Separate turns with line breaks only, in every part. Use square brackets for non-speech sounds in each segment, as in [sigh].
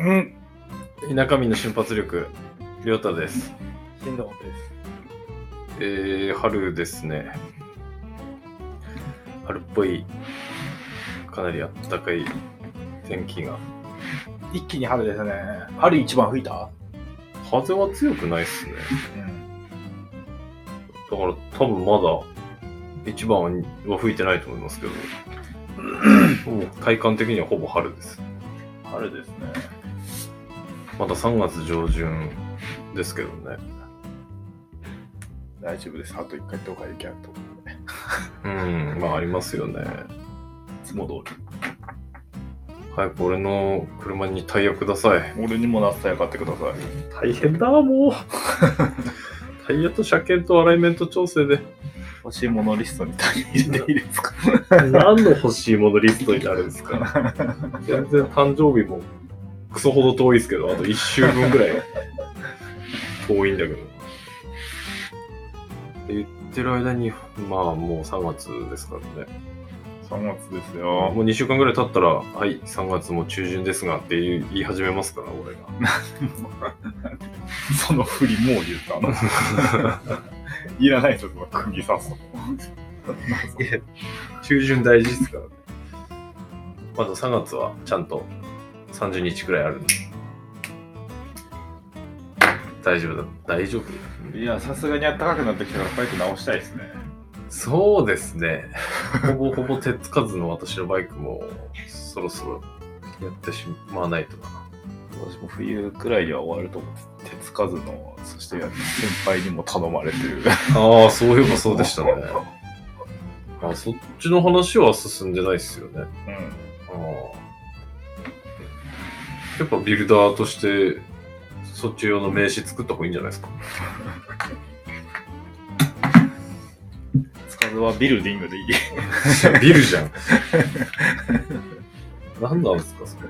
うん。田舎民の瞬発力、りょうたです。
新藤本です。
えー、春ですね。春っぽい、かなりあったかい天気が。
一気に春ですね。春一番吹いた、
風は強くないっすね。
うん、
だから多分まだ一番は吹いてないと思いますけど、もう体感的にはほぼ春です。
春ですね。
まだ3月上旬ですけどね。
大丈夫です。あと一回どうかできると思うね。
うん、まあありますよね。
いつも通
早く俺の車にタイヤください。
り。俺にもナスタイ買ってください。
大変だもうタイヤと車検とアライメント調整で
欲しいものリストに入れていいですか
何の欲しいものリストになるんですか全然誕生日もクソほど遠いですけどあと1週分ぐらい遠いんだけどって言ってる間にまあもう3月ですからね
?3 月です
も
よ。
う2週間ぐらい経ったら「はい3月も中旬ですが」って言い言い始めますから俺が
その振りもう言ったの。 [laughs] いらないとこは釘刺すの。
中旬大事ですからね。まだ3月はちゃんと30日くらいあるんで。大丈夫だ。大丈夫
[laughs] いや、さすがに暖かくなってきたからバイク直したいですね。
そうですね。ほぼほぼ手つかずの私のバイクもそろそろやってしまわないとかな。
私も冬くらいには終わると思って、手つかずの、そして先輩にも頼まれて [laughs] る。
ああ、そういえばそうでしたね。あそっちの話は進んでないっすよね。
うん。
ああやっぱビルダーとして、そっち用の名刺作った方がいいんじゃないですか。
つかずはビルディングでいい。 [laughs]
[laughs] ビルじゃん。何なんですか、それ。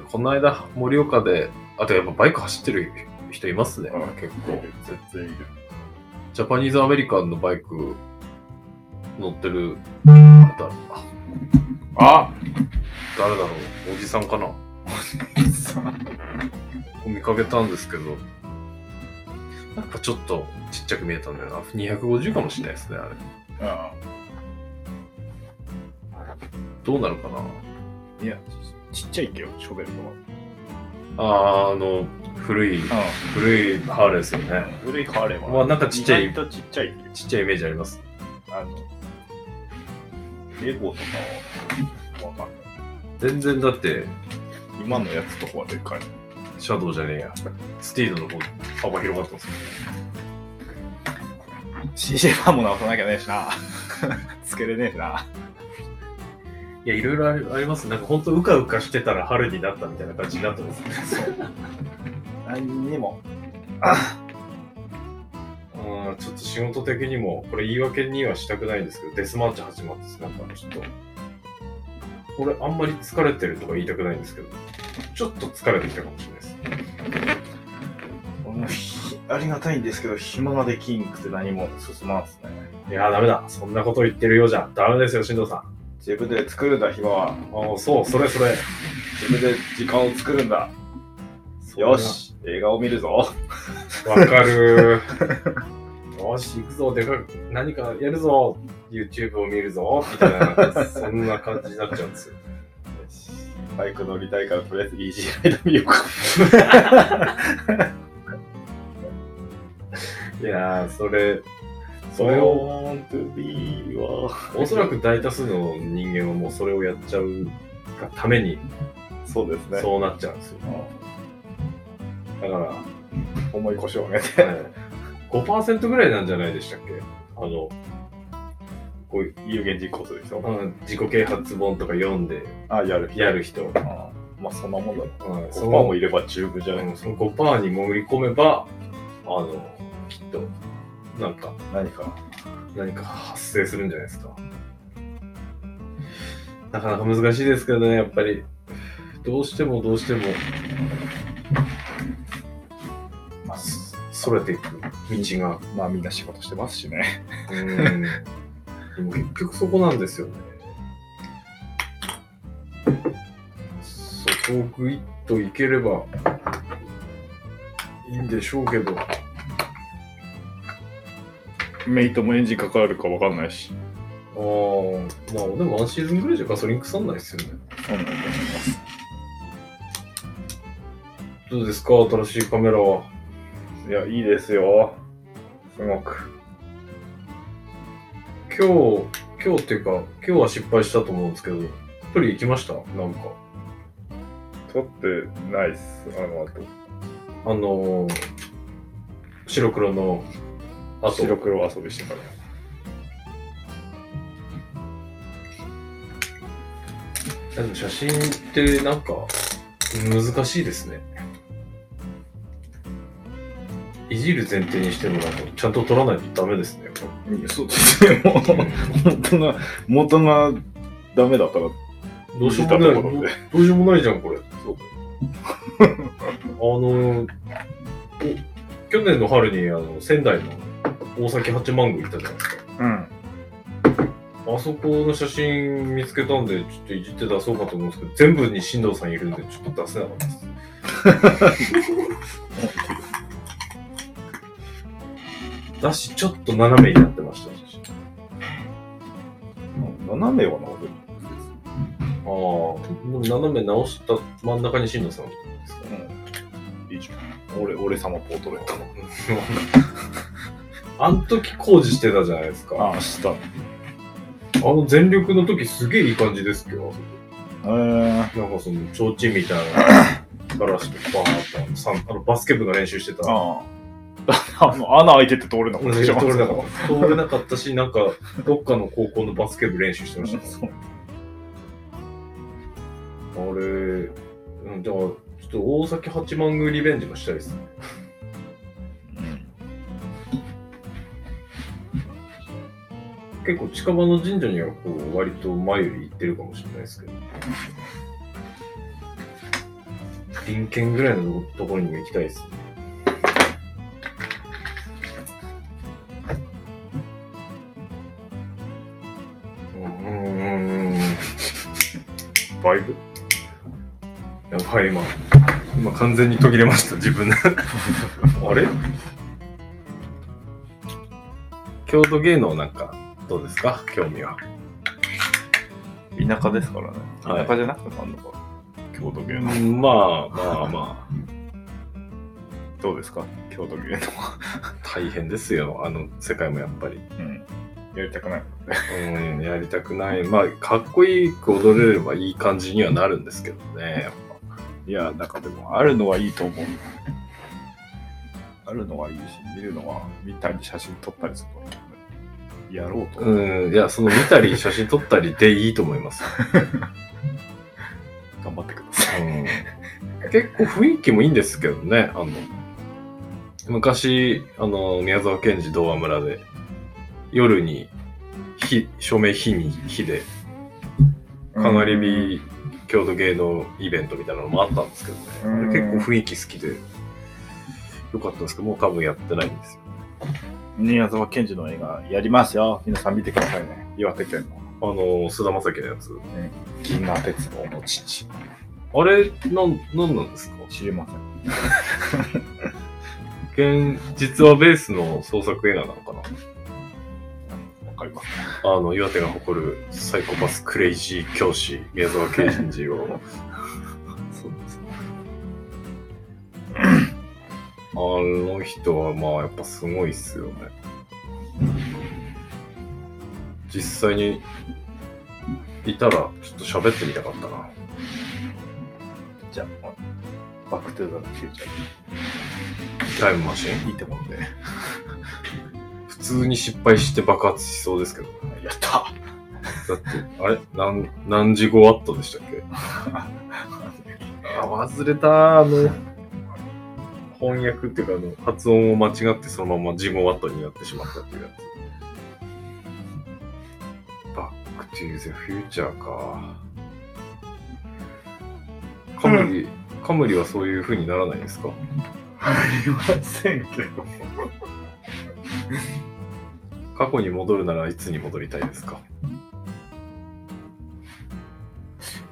この間、盛岡で、あとやっぱバイク走ってる人いますね、結構。
絶対いる。
ジャパニーズアメリカンのバイク乗ってる、あだあ
あ
誰だろう、おじさんかな。見かけたんですけど、やっぱちょっとちっちゃく見えたんだよな。250かもしれないですね、あれ。どうなるかな。
うん。いや、ちちっちゃいけよ、ショベルの。
あー、あの、古い、古いハーレーですよね。
うん。古いカーレーは。
うわなんかちっちゃい
意外とちっちゃいけよ。
ちっちゃいイメージあります。
あの、レゴとかは、わかんない。
全然だって、
今のやつとかはでかい。
シャドウじゃねえや。スティードの方、幅広かったんですよ。
CC ファンも直さなきゃねえしな。 [laughs] つけれねえしな。
いや、いろいろありあります。なんか本当、うかうかしてたら春になったみたいな感じになってます。
何にも。
うん、ちょっと仕事的にも、これ言い訳にはしたくないんですけど、デスマーチ始まってです、なんかちょっと、これあんまり疲れてるとか言いたくないんですけど、ちょっと疲れてきたかもしれないです。
俺もひありがたいんですけど、暇ができんくて何も進まんっすね。
いやー、ダメだ。そんなこと言ってるようじゃ、ダメですよ、進藤さん。あ
自分で作るんだ、暇は。
あ、そう、それそれ。
自分で時間を作るんだ。
それは
よ。し、映画を見るぞ。
わかる [laughs] ー。よし、行くぞ、でかく、何かやるぞ、YouTube を見るぞ、みたいな、なんかそんな感じになっちゃうんですよ。
バイク乗りたいから、とりあえずイージーライド見ようか。 [laughs]
いやー、それ、それを、
を、トゥビーは、
おそらく大多数の人間はもうそれをやっちゃうがために、
そうですね。
そうなっちゃうんですよ。だから、は
重い腰を上げて。
い、5%ぐらいなんじゃないでしたっけあの、こういう、
有言実行する人。
うん自己啓発本とか読んで
あ、やる人。
やる人。うん
うん。まあ、そんなもんだろう。
そ
そ
の
のままいれば十分じゃない。
うんその5%に潜り込めば、あの、きっと、なんか、
何か。
何か発生するんじゃないですか。なかなか難しいですけどね、やっぱり。どうしてもどうしても、
まあ、
そそれていく道が。
まあみんな仕事してますしね。
うん。でも結局そこなんですよね。そこをグイッといければいいんでしょうけど、
メイトもエンジンかかるかわかんないし。
ああ、まあでもワンシーズンぐらいじゃガソリン腐んないですよね。
そうなんだと思います。
どうですか新しいカメラは。
いや、いいですよ。すごく。
今日、今日っていうか、今日は失敗したと思うんですけど、プリ行きましたなんか。
撮ってないっす、あの後。
あのー、白黒の、あと、
白黒遊びしてから。
でも写真ってなんか難しいですね。いじる前提にしてもなんかちゃんと撮らないとダメですね。
いやそうですね。も [laughs] う元が、元がダメだから。
どうしようもない。どうどうしようもないじゃん、これ。
そう
あのーお去年の春にあの仙台の大崎八幡宮行ったじゃないですか。
うん。
あそこの写真見つけたんで、ちょっといじって出そうかと思うんですけど、全部に進藤さんいるんで、ちょっと出せなかったです。
[laughs]
だし、ちょっと斜めになってました、写真
斜めはなこと
ああ、でも斜め直した真ん中に進藤さんがいたんですか
いいじゃん。俺、俺様ポートレート。
あの時工事してたじゃないですか。あ
ああ、した。へ
の全力の時すげえいい感じですけど、あそこ
え。
なんかその、提灯みたいな、ガラスとバーッとあのさん、あのバスケ部の練習してた。
ああ。あの、穴開いてて通れなかった
通れ
ん
なかった。通れなかったし、なんか、どっかの高校のバスケ部練習してましたね。
そう
あれ、うん、じゃあ、ちょっと大崎八幡宮リベンジもしたいですね。結構近場の神社には、こう、割と前より行ってるかもしれないですけど。林県ぐらいのところにも行きたいですね。うんうんうんうん。
バイブ
やばい、今。今完全に途切れました、自 [laughs] 分の。あれ京都芸能なんか、どうですか興味は。
田舎ですからね。
はい
田舎じゃなくてもあんのか。郷土芸能。
まあまあまあ、
どうですか郷土芸能。
大変ですよ、あの世界もやっぱり。
うん。やりたくない。
うん、やりたくない。まあ、かっこいいく踊れればいい感じにはなるんですけどね。
いや、なんかでも、あるのはいいと思う。あるのはいいし、見るのは、見たり写真撮ったりすると。やろうと思う。
うん、いや、その見たり写真撮ったりでいいと思います。
頑張ってください。
うん結構雰囲気もいいんですけどねあの昔あの宮沢賢治童話村で夜に火照明火に火でかなり火郷土芸能イベントみたいなのもあったんですけどね、
うん
あれ結構雰囲気好きでよかったんですけどもう多分やってないんですよ
宮沢賢治の映画やりますよ。皆さん見てくださいね。岩手県の
あの菅田将暉のやつ
銀河鉄道の父。
あれなんなんなんですか
知りません。
現実はベースの創作映画なのかな
わかります。
あの岩手が誇るサイコパスクレイジー教師宮沢賢治
そ
を
うですね。
あの人はまあやっぱすごいっすよね実際にいたらちょっと喋ってみたかったな
じゃあ、バックトゥーザのフューチャー
タイムマシン
いいと思うんで。
普通に失敗して爆発しそうですけど
やった
だってあれ何何時5ワットでしたっけあ [laughs] 忘れたあの翻訳っていうかあの発音を間違ってそのままジゴワットになってしまったっていうやつバックトゥーザフューチャーかカムリ、カムリはそういう風にならないですか
ありませんけど。
過去に戻るならいつに戻りたいですか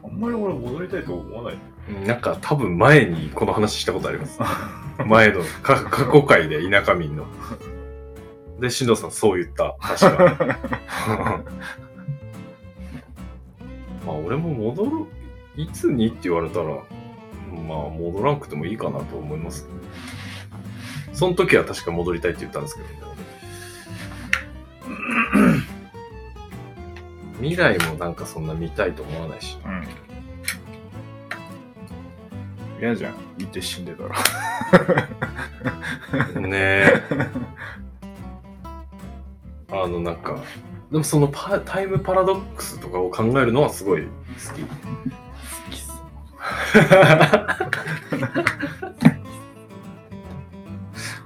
あんまり俺戻りたいと思わない。
うんなんか多分前にこの話したことあります。前のか過去回で田舎民の。で、しのさんそう言った。確か。 [laughs] まあ俺も戻る、いつにって言われたら、まあ戻らなくてもいいかなと思いますけど。その時は確か戻りたいって言ったんですけど、 [clears throat] 未来もなんかそんな見たいと思わないし。
うん。嫌じゃん。いて死んでた
[laughs]
ら。
ねえ。 [laughs] あの、なんか、でもそのパタイムパラドックスとかを考えるのはすごい好き。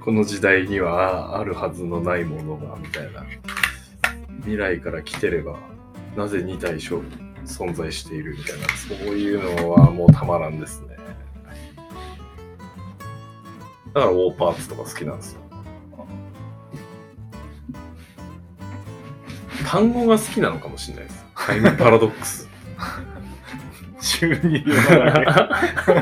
この時代にはああるはずのないものが、みたいな。未来から来てれば、なぜ2対象存在しているみたいな、そういうのはもうたまらんですね。だからウォーパーツとか好きなんですよ。単語が好きなのかもしれないです。タイムパラドックス。
中二病なだ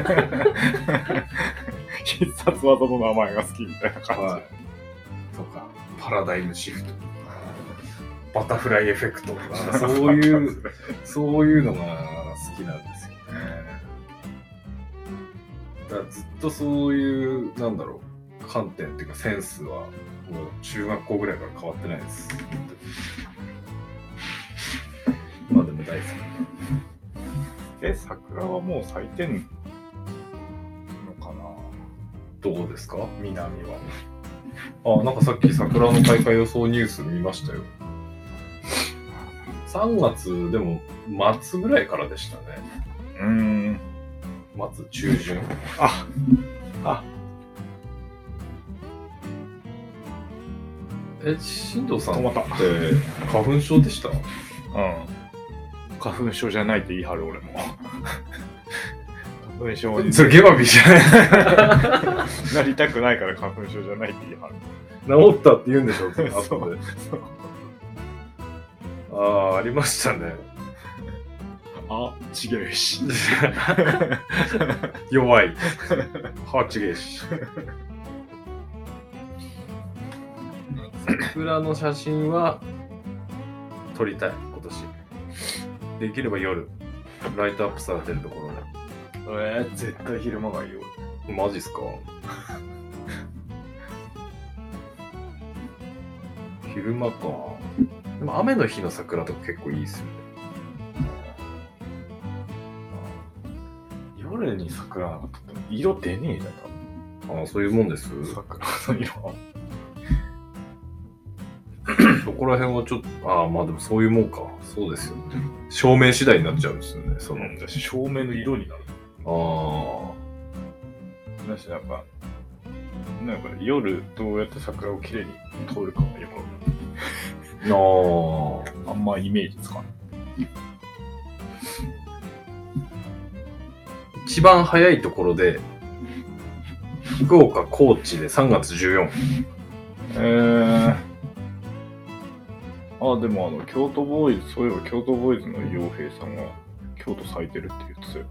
け。 [laughs] 必殺技の名前が好きみたいな感じ。
はい。とか、パラダイムシフト。バタフライエフェクトとか、そういう、そういうのが好きなんですよね。だからずっとそういう、なんだろう、観点っていうかセンスは、もう中学校ぐらいから変わってないです。まあでも大好き。
え、桜はもう咲いてんのかな
どうですか
南は。
あ、なんかさっき桜の開花予想ニュース見ましたよ。3月でも末ぐらいからでしたね。
うーん。
末中旬。
あ、あ。
え、新藤さん
止
っ
まった。
て花粉症でした
うん。花粉症じゃないって言い張る俺も。花粉症に
[laughs] それゲバビじゃない
なりたくないから花粉症じゃないって言い張る。
治ったって言うんでしょ、 [laughs] その
そ
後
う
で。ああ、ありました [laughs] ね。
あ、ちげえし。
弱い。ハーチゲーシ。桜の写真は撮りたい、今年。できれば夜、ライトアップされてるところね。
えー、絶対昼間がいいよ。
マジっすか昼間か。でも雨の日の桜とか結構いいっすよね。
夜に桜なかったら色出ねえじゃん、多分
ああ、そういうもんです。
桜の色。
そこら辺はちょっと、ああ、まあでもそういうもんか。そうですよね。照明次第になっちゃうんですよね、その。
じゃあ照明の色になる。
あ
だし、なんか、なんか夜どうやって桜をきれいに通るかがよく
あ。ああ。
あんまイメージつかない。
一番早いところで、福岡、高知で3月14。
えー、あ、でもあの、京都ボーイズ、そういえば京都ボーイズの洋平さんが、京都咲いてるって言ってたよ。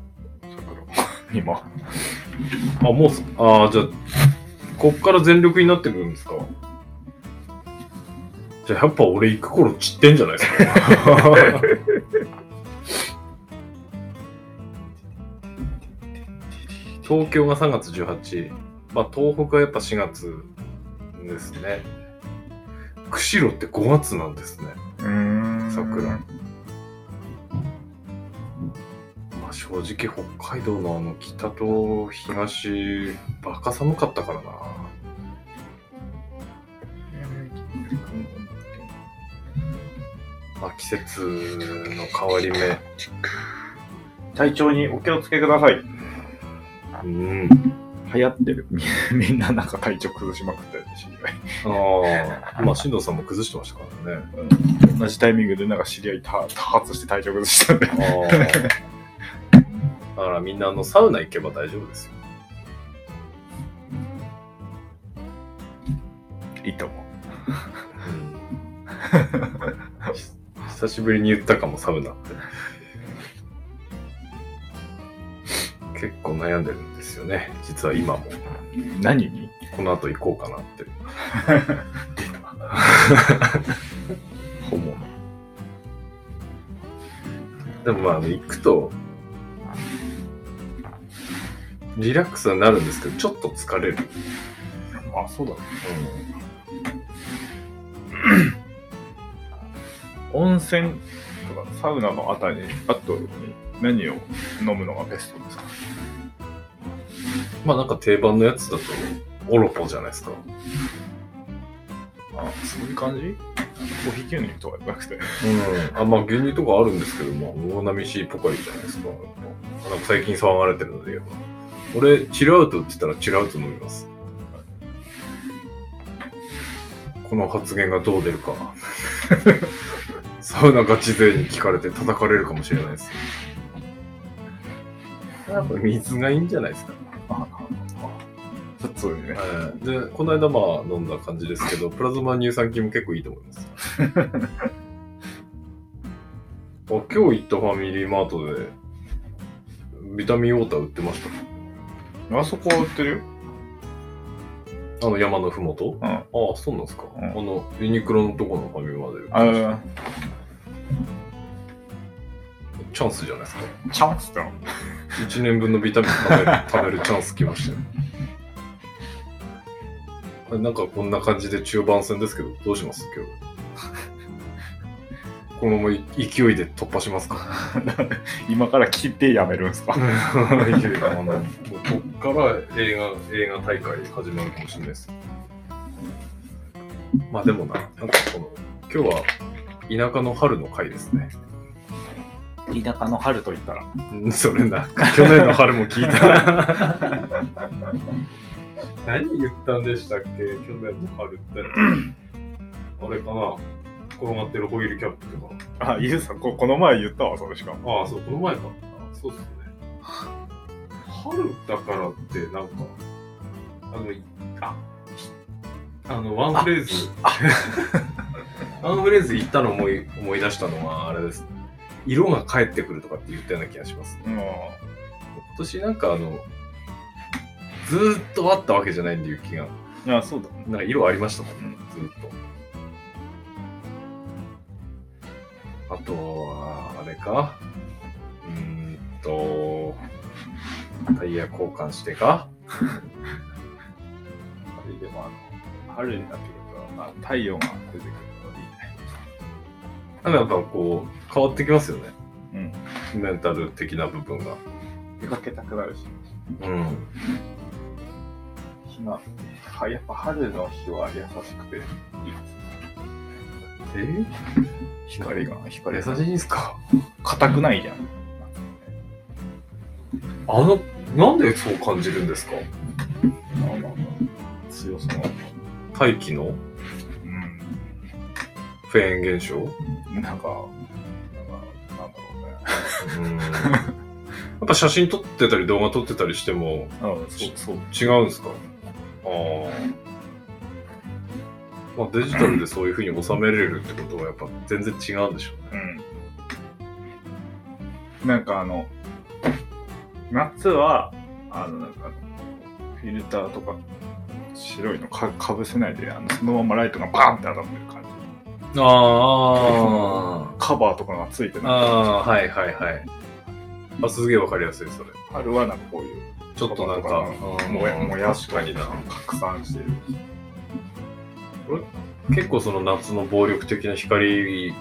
桜。 [laughs] 今。
あ、もうす、ああ、じゃあ、こっから全力になってくるんですかじゃあ、やっぱ俺行く頃散ってんじゃないですか東京が3月18、まあ東北はやっぱ4月ですね。釧路って5月なんですね。
うーん
桜。まあ、正直北海道のあの北と東バカ寒かったからなまあ季節の変わり目
体調にお気をつけください。
うん
流行ってる。み [laughs] みんななんか体調崩しまくったよね、知り
ああまあ進藤さんも崩してましたからね
合い。同じタイミングでなんか知り合いた多発して体調崩したんで。
あだからみんなあのサウナ行けば大丈夫ですよ。
[laughs] いいと思う。
[laughs] 久しぶりに言ったかも、サウナって。結構悩んでるんですよね。実は今も。
何に
この後行こうかなって。
本物。
でもまあ、あの行くと、リラックスはなるんですけど、ちょっと疲れる。
あ、そうだ、ね。温泉とかサウナのあたりあとに何を飲むのがベストですか
まあなんか定番のやつだと、オロポじゃないですか。
あ、そういう感じコーヒー牛乳とかじゃなくて。
うん、あまあ牛乳とかあるんですけども、大波シーポカリじゃないですか。やっぱなんか最近騒がれてるので言えば。俺、チルアウトって言ったらチルアウト飲みます。この発言がどう出るか。サウナガチ勢に聞かれて叩かれるかもしれないです。やっぱ [laughs] 水がいいんじゃないですか。
そういうね。
はいで、この間まあ飲んだ感じですけど、プラズマ乳酸菌も結構いいと思い
[laughs]
ます。あ今日行ったファミリーマートで、ビタミンウォーター売ってまし
あそこは売ってるよ。
た。あの山のふもと
うん。
ああ、そうなんですか。
うん
あの、ユニクロのとこのファミマで売ってました。
あ
チャンスじゃないですか。
チャンスだ。
1年分のビタミン食べる食べるチャンス来ましたよ。あれなんかこんな感じで中盤戦ですけど、どうします今日。このままい勢いで突破しますか
今から聞いてやめるんですか
いやいやあのここから映画映画大会始まるかもしれないです。まあでもな、なんかこの、今日は田舎の春の回ですね。
田舎の春と言ったら。
うんそれな、去年の春も聞いたな。 [laughs] 何言ったんでしたっけ、去年の春って。あれかな、転がってるホイールキャップとか。
あ、ゆうさん、ここの前言ったわ、それしかも。
ああ、そう、この前か。あそうっすね。春だからって、なんか、あの、いあ、あの、ワンフレーズ、 [laughs] ワンフレーズ言ったの思い思い出したのは、あれです。色が返ってくるとかって言ったような気がします。
うん。
今年なんかあの、ずーっとあったわけじゃないんで、雪が。
あ、そうだ。
なんか色ありましたもんね、ずーっと。あとは、あれか。うーんと、タイヤ交換してか。
あれでもあの春になってくるとあ太陽が出てくるのがいいね。
なんかやっぱこう、変わってきますよね。
うん。
メンタル的な部分が。
出かけたくなるし、
うん。
日が、はやっぱ春の日は優しくていい。
え
光が、光
優
が。
しいんすか
硬くないじゃん。
あの、なんでそう感じるんですか
まあまあまあ強さが。
大気の
う
フェーン現象うん。
ん。なんか、なんか、なんだ
やっぱ写真撮ってたり動画撮ってたりしても
ろうね。うん、
そ
そ
う
う。
違うんですかああ。まあデジタルでそういうふうに収めれるってことはやっぱ全然違うんでしょうね。
うん。なんかあの、夏は、あの、なんか、フィルターとか、白いのかかぶせないで、あのそのままライトがバーンって当たってる感じ。
あ
カバーとかがついて
あ
ない。
ああ、はいはいはい。あ、すげえわかりやすい、それ。
春はなんかこういう、
ちょっとなん
カバ
か
ーと、かもや、もやし
確か
か
に
に
な。
拡散してる。
結構その夏の暴力的な光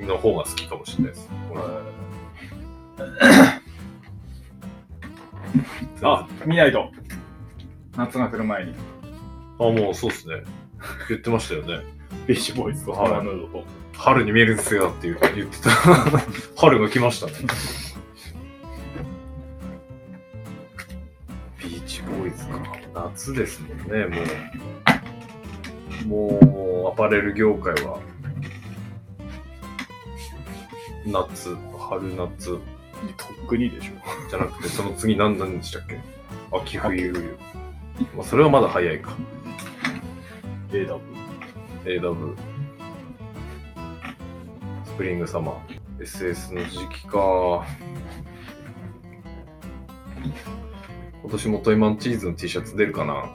の方が好きかもしれないです。
あ、見ないと。夏が来る前に、
あ、もうそうですね。言ってましたよね。
ビーチボーイズと
はい
ハラヌードと。
春に見えるんですよって言って言ってた。 [laughs] 春が来ましたね。ビーチボーイズか。夏ですもんね、もう。もう、アパレル業界は、夏、春夏、
とっくにでしょ。
じゃなくて、その次何なんでしたっけ秋冬。まあ、それはまだ早いか。
AW。
AW。スプリングサマー。SS の時期か。今年もトイマンチーズの T シャツ出るかな。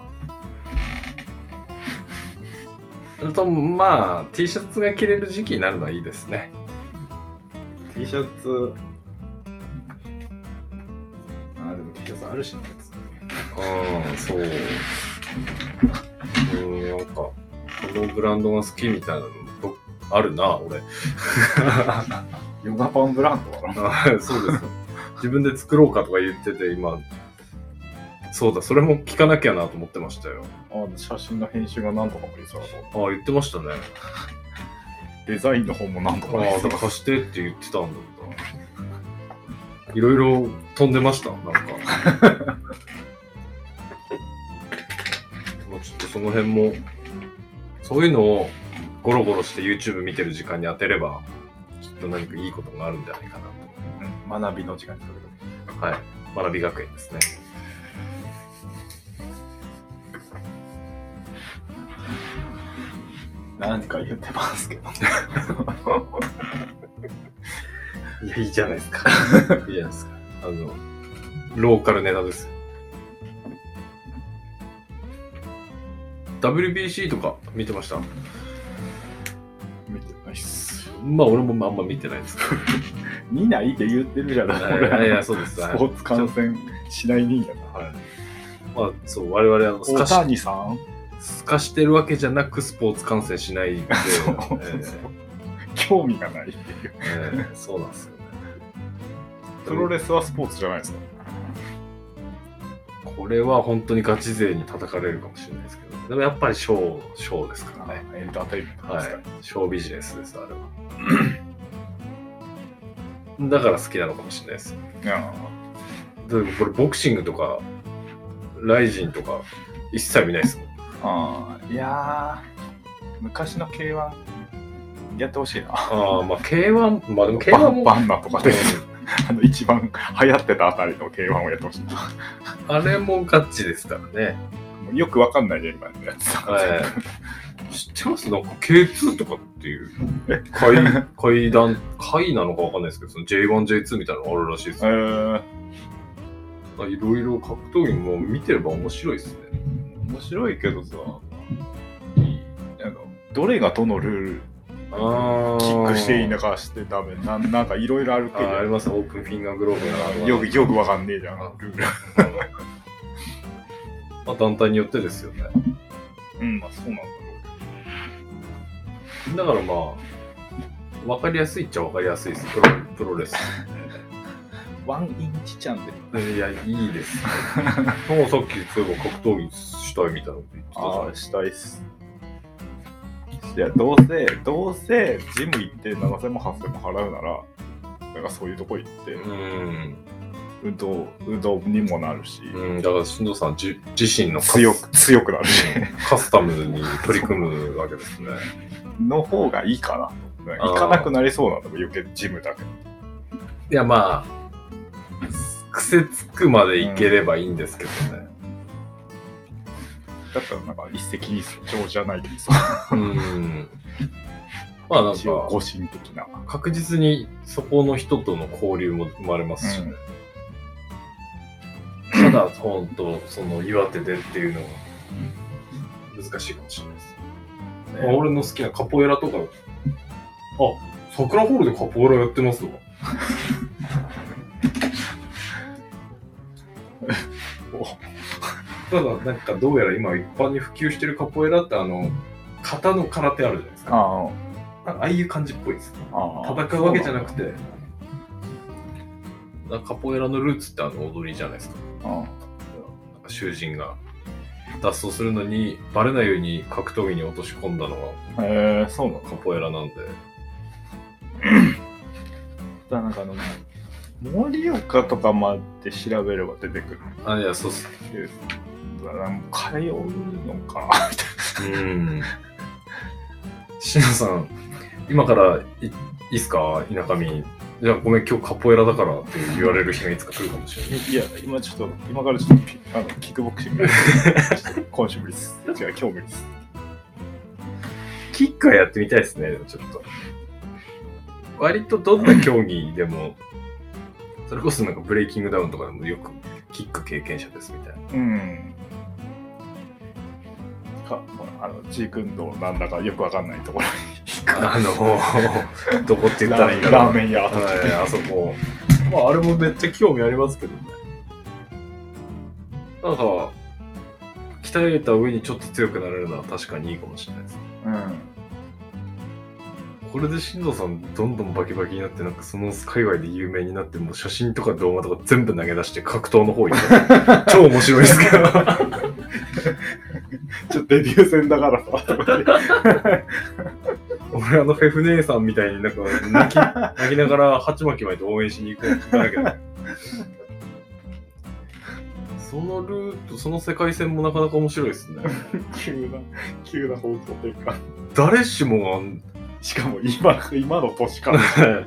とまあ、T シャツが着れる時期になるのはいいですね。
T シャツ、
あ、でも T シャツあるしな、 [laughs] 別に
うん、そう。うん、なんか、このブランドが好きみたいなのどあるな、俺。
ヨガパンブランドかな。
あそうですよ。自分で作ろうかとか言ってて、今、そうだ、それも聞かなきゃなと思ってましたよ。
あ写真の編集が何とかもりそうだと。
ああ、言ってましたね。
デザインの方も何と
あ
かもり
あ、
そうだ
貸してって言ってたんだった。いろいろ飛んでました、なんか。まあちょっとその辺も、そういうのをゴロゴロして YouTube 見てる時間に当てれば、きっと何かいいことがあるんじゃないか
う
な
ん学びの時間にかけて
と。はい。学び学園ですね。
何か言ってますけど。
いや、いいじゃないですか。いいじゃないですか。あの、ローカルネタですよ。WBC とか見てました
見てないっす。
まあ、俺もあんま見てないですけ
見ないって言ってるじゃな
ど。
い。
いやいや、そうです。
ス
はい
ポーツ観戦しない人間だ。
はい。まあ、そう、我々あの、すか
大
し、
谷さん
すかしてるわけじゃなく、スポーツ観戦し [laughs] ないんで、
そうそうそう興味がないっていう
え。ーえーそうなんですよね。
プロレスはスポーツじゃないですか。
これは本当にガチ勢に叩かれるかもしれないですけど、でもやっぱりショー、ショーですからね。
エンターテインメントで
は
すか
い。ショービジネスです、あれは。だから好きなのかもしれないです。
ら。いや
でもこれ、ボクシングとか、ライジンとか、一切見ないですもん。
あーいやー昔の K1 やってほしいな。
ああ、まあ、K1、まあで
バ
も K1
ン
も、
バンナとか
[laughs]
で、あの一番流行ってたあたりの K1 をやってほしいな。
あれもガチですからね。
もうよくわかんないね、今のやつ。
はい。知ってますなんか K2 とかっていう、階、階段、階なのかわかんないですけど、その J1、J2 みたいなのがあるらしいです
え。ー、
いろいろ格闘技も見てれば面白いですね。
面白いけどさ、あのどれがどのルール、
あー
キックしていいのかしてダメ、なんなんかいろいろあるけ
あーありますねオープンフィンガーグローブな
ど、よくよくわかんねえじゃん、ルール。
まあ、団体によってですよね。
うん、まあそうなんだろ
だからまあ、わかりやすいっちゃわかりやすいです、プロプロレス。
う。ワンインチチャンネル。
いや、いいです。もうさっき、そういえば格闘技したいみたいなこと言ってたじゃ
あ
ない
あ、
です
したいっす。いや、どうせ、どうせ、ジム行って7000も8000も払うなら、なんかそういうとこ行って、
か。うん。
運動、運動にもなるし、
うん、だから、新藤さんじ自身のカス
強く、強くなるし、
カスタムに取り組むわけですね。
の方がいいかな。行かなくなりそうなんだもん、余計ジムだけ。
いや、まあ、癖つくまでいければいいんですけどね。
だったらなんか一石二鳥じゃないけど
うん。まあ、なん
一応
か
護、身的な。
確実にそこの人との交流も生まれますしね。ただ、本当その岩手でっていうのは難しいかもしれないです。まあ俺の好きなカポエラとか、あ、桜ホールでカポエラやってますわ。ただ、なんかどうやら今一般に普及してるカポエラってあの、型の空手あるじゃないですか。
あ
なんかああいう感じっぽいです。
あ
戦うわけじゃなくて。カポエラのルーツってあの踊りじゃないですか。
あ
なんか囚人が脱走するのにバレないように格闘技に落とし込んだのが
あ。へえ、そうなの
カポエラなんで。
だなんかあの、盛岡とかまで調べれば出てくる
あ、いや、そうっす。
っていう。だからもう通うのか。
[laughs] うん。しのさん、今からいいいっすか田舎民じゃあごめん、今日カポエラだからって言われる日がいつか来るかもしれない。
いや、今ちょっと、今からちょっとピあのキックボクシング。今週無理です。違う、今日無理です。
[laughs] キックはやってみたいですね、でもちょっと。割とどんな競技でも、それこそなんかブレイキングダウンとかでもよくキック経験者ですみたいな。
うん。か、まあ、あの、ジークンドーなんだかよくわかんないところ
あ [laughs] の、どこって言ったらいいかな。
ラーメン屋とか
はい、あそこ。まあ、あれもめっちゃ興味ありますけどね。なんか、鍛えた上にちょっと強くなれるのは確かにいいかもしれないです。
うん。
これで新藤さん、どんどんバキバキになって、なんかその界隈で有名になって、もう写真とか動画とか全部投げ出して格闘の方行った。超面白いですけど。
ちょっとデビュー戦だからさ。
俺あのフェフ姉さんみたいになんか泣 [laughs] き泣きながらハチマキ巻いて応援しに行くんだけどそのルートその世界線もなかなか面白いですね
急な、急な方向というか。
誰しも
しかも今、今の年から。
が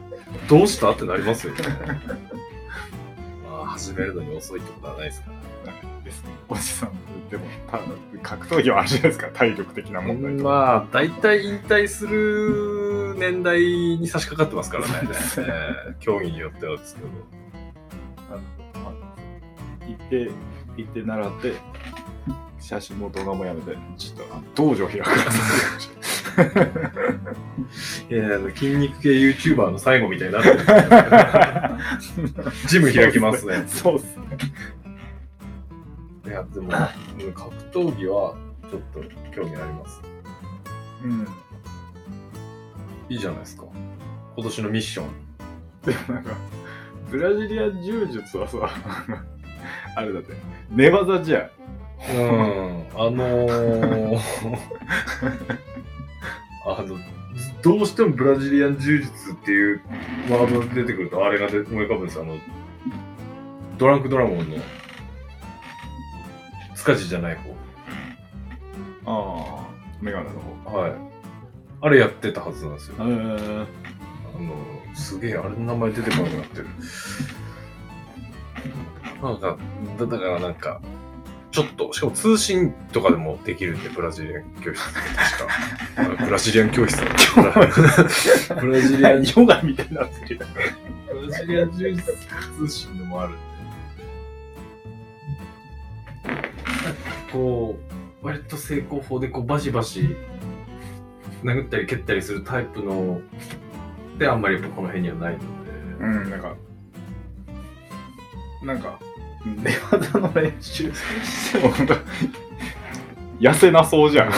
どうしたってなりますよ [laughs] ねまあ始めるのに遅いってことはないですから
ですね。おじさん、でも、た格闘技はあるじゃないですか、体力的な問題とか。
まあ大体引退する年代に差し掛かってますからねえー競技によってはですけど
あのまあ行って、行って習って、写真も動画もやめて、ちょっと、あの道場開くから
いやあの筋肉系 YouTuber の最後みたいになってるジム開きますね。
[laughs] そうっすね。
いやでもうん格闘技はちょっと興味あります
うん。
いいじゃないですか今年のミッション
なんか、ブラジリアン柔術はさ、 [laughs] あれだって、寝技じゃん。
うんあの [laughs] ー、あのどうしてもブラジリアン柔術っていうワードが出てくるとあれが出思い浮かぶんですよあのドランクドラゴンの塚地じゃない方
ああ、メガネの方。
はい。あれやってたはずなんですよ。
えー、
あの、すげえ、あれの名前出てこなくなってる。なんか、だだからなんか、ちょっと、しかも通信とかでもできるんで、ブラジリアン教室って確 [laughs] か。あブラジリアン教室だった [laughs] ブラジリアン、ブ
ヨガみたいになってる。
ラジリアン柔術通信でもあるんで。こう、割と成功法でこうバシバシ殴ったり蹴ったりするタイプのであんまりやっぱこの辺にはないので。
うん、なんか、なんか、寝技の練習しても、なんか、 [laughs] 痩せなそうじゃん。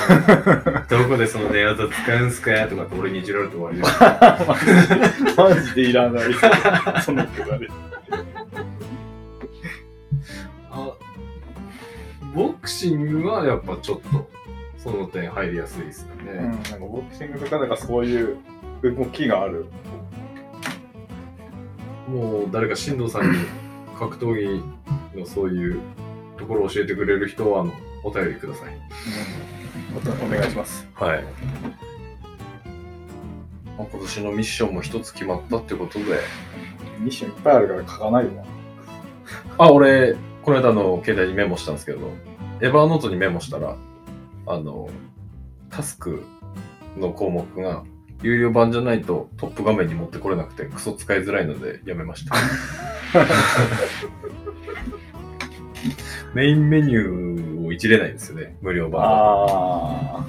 どこでその寝技使うんすかとかって俺にいじられて終わりです。
マジでいら [laughs] ない。そのくだり。
あボクシングはやっぱちょっとその点入りやすいですよ
うん、なん
ね。
かボクシングとか、なんかそういう動きがある。
もう誰か進藤さんに格闘技のそういうところを教えてくれる人はあのお便りください。
お願いします。
はい。まあ今年のミッションも一つ決まったってことで。
ミッションいっぱいあるから書かないよな。
あ、俺、この間あの携帯にメモしたんですけど、エヴァーノートにメモしたら、あの、タスクの項目が、有料版じゃないとトップ画面に持ってこれなくて、クソ使いづらいのでやめました。 [laughs] メインメニューをいじれないんですよね、無料版だ
あ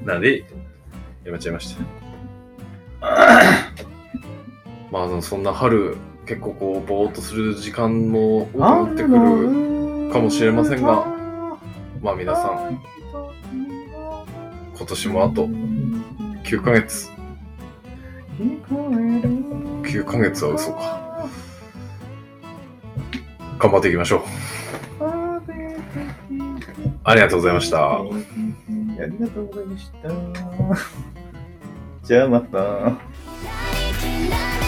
となんで、やめちゃいました。まああの、そんな春、結構こう、ぼーっとする時間も多くなってくる。かもしれませんが、まあ皆さん、今年もあと9ヶ月。9ヶ月は嘘か。頑張っていきましょう。ありがとうございました。
ありがとうございました。
じゃあま
「
た。
ライチライ